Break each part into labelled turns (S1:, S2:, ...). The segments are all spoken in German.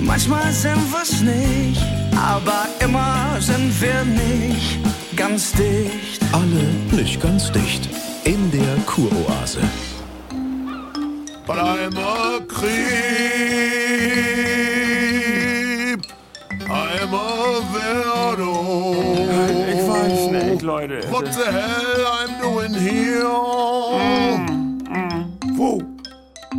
S1: Manchmal sind wir's nicht, aber immer sind wir nicht ganz dicht.
S2: Alle nicht ganz dicht. In der Kuroase.
S3: Bleimer Krieg, Eimer Werdo.
S4: Ich weiß nicht, Leute.
S3: What the hell I'm doing here? Wo?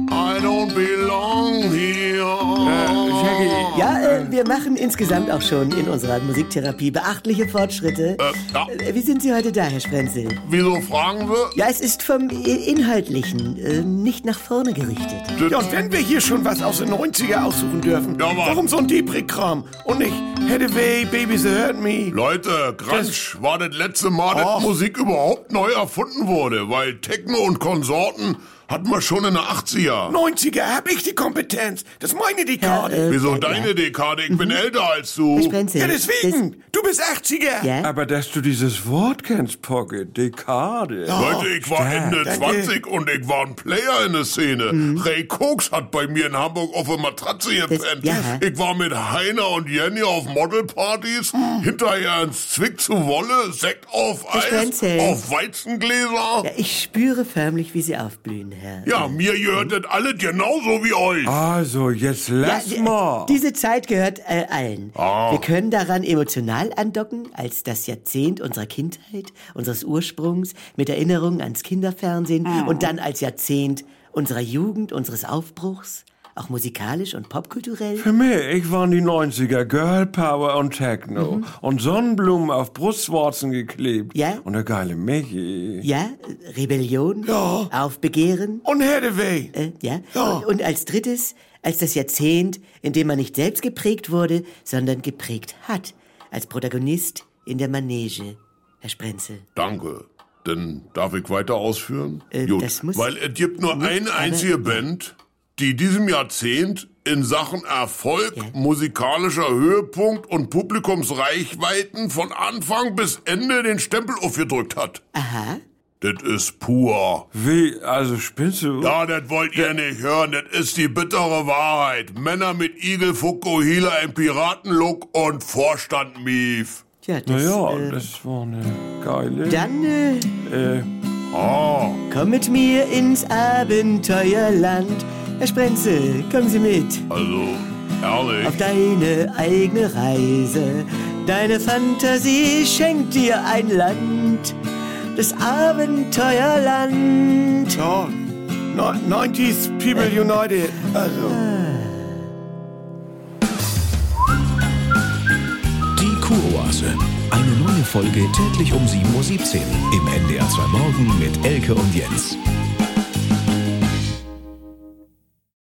S3: I don't belong here.
S4: Shaggy.
S5: Ja, äh, wir machen insgesamt auch schon in unserer Musiktherapie beachtliche Fortschritte.
S3: ja.
S5: Äh, Wie sind Sie heute da, Herr Sprenzel?
S3: Wieso fragen wir?
S5: Ja, es ist vom I- Inhaltlichen äh, nicht nach vorne gerichtet.
S6: Ja, und wenn wir hier schon was aus den 90er aussuchen dürfen,
S3: Ja, Mann.
S6: warum so ein Depri-Kram? Und nicht Headaway, Baby, they hurt me.
S3: Leute, Grunge war das letzte Mal, dass
S6: Ach.
S3: Musik überhaupt neu erfunden wurde, weil Techno und Konsorten hatten wir schon in den 80er.
S6: 90er, hab ich die Kompetenz. Das ist meine
S5: Ja,
S6: Dekade.
S5: äh,
S3: Wieso deine Dekade? Ich
S4: Mhm.
S3: bin älter als du.
S5: Herr Sprenzel.
S6: Ja, deswegen. Du bist 80er.
S5: Das, ja?
S4: Aber dass du dieses Wort kennst, Pocket, Dekade.
S5: Oh,
S3: Leute, ich war Ende
S6: danke.
S3: 20 und ich war ein Player in der Szene.
S5: Mhm.
S3: Ray Cooks hat bei mir in Hamburg auf der Matratze gepennt.
S5: ja.
S3: Ich war mit Heiner und Jenny auf Modelpartys,
S5: Ah.
S3: hinterher ins Zwick zu Wolle, Sekt auf Eis,
S5: Sprenzel.
S3: auf Weizengläser.
S5: Ja, ich spüre förmlich, wie Sie aufblühen, Herr.
S3: Ja, mir gehört das alles genauso wie euch.
S4: Also, jetzt lass
S5: Ja,
S4: mal.
S5: Diese Zeit gehört äh, allen. Wir können daran emotional andocken, als das Jahrzehnt unserer Kindheit, unseres Ursprungs, mit Erinnerungen ans Kinderfernsehen und dann als Jahrzehnt unserer Jugend, unseres Aufbruchs, auch musikalisch und popkulturell.
S4: Für mich, ich waren die 90er, Girl Power und Techno. Und Sonnenblumen auf Brustwarzen geklebt.
S5: Mhm. Ja.
S4: Und der geile Michi.
S5: Ja, äh, Rebellion, Aufbegehren,
S6: Und Headaway.
S5: äh, ja.
S6: Ja.
S5: Und, und als drittes, als das Jahrzehnt, in dem man nicht selbst geprägt wurde, sondern geprägt hat, als Protagonist in der Manege, Herr Sprenzel.
S3: Danke. Dann darf ich weiter ausführen?
S5: Äh,
S3: Gut,
S5: das muss-
S3: weil es gibt nur eine einzige Band, die diesem Jahrzehnt in Sachen Erfolg, musikalischer Höhepunkt und Publikumsreichweiten von Anfang bis Ende den Stempel aufgedrückt hat.
S5: Aha.
S3: Das ist pur.
S4: Wie, also spinnst du?
S3: Ja, das wollt ihr nicht hören. Das ist die bittere Wahrheit. Männer mit Igel, Fukuhila im Piratenlook und Vorstand Mief.
S5: Tja, das,
S4: Naja,
S5: äh,
S4: das war eine geile.
S5: Dann äh,
S4: äh,
S3: Ah.
S5: komm mit mir ins Abenteuerland. Herr Sprenzel, kommen Sie mit
S3: Also, ehrlich.
S5: auf deine eigene Reise. Deine Fantasie schenkt dir ein Land, das Abenteuerland.
S6: Ja. No- 90s People United. Also.
S2: Die Kuroase. Eine neue Folge täglich um 7.17 Uhr im NDR 2 Morgen mit Elke und Jens.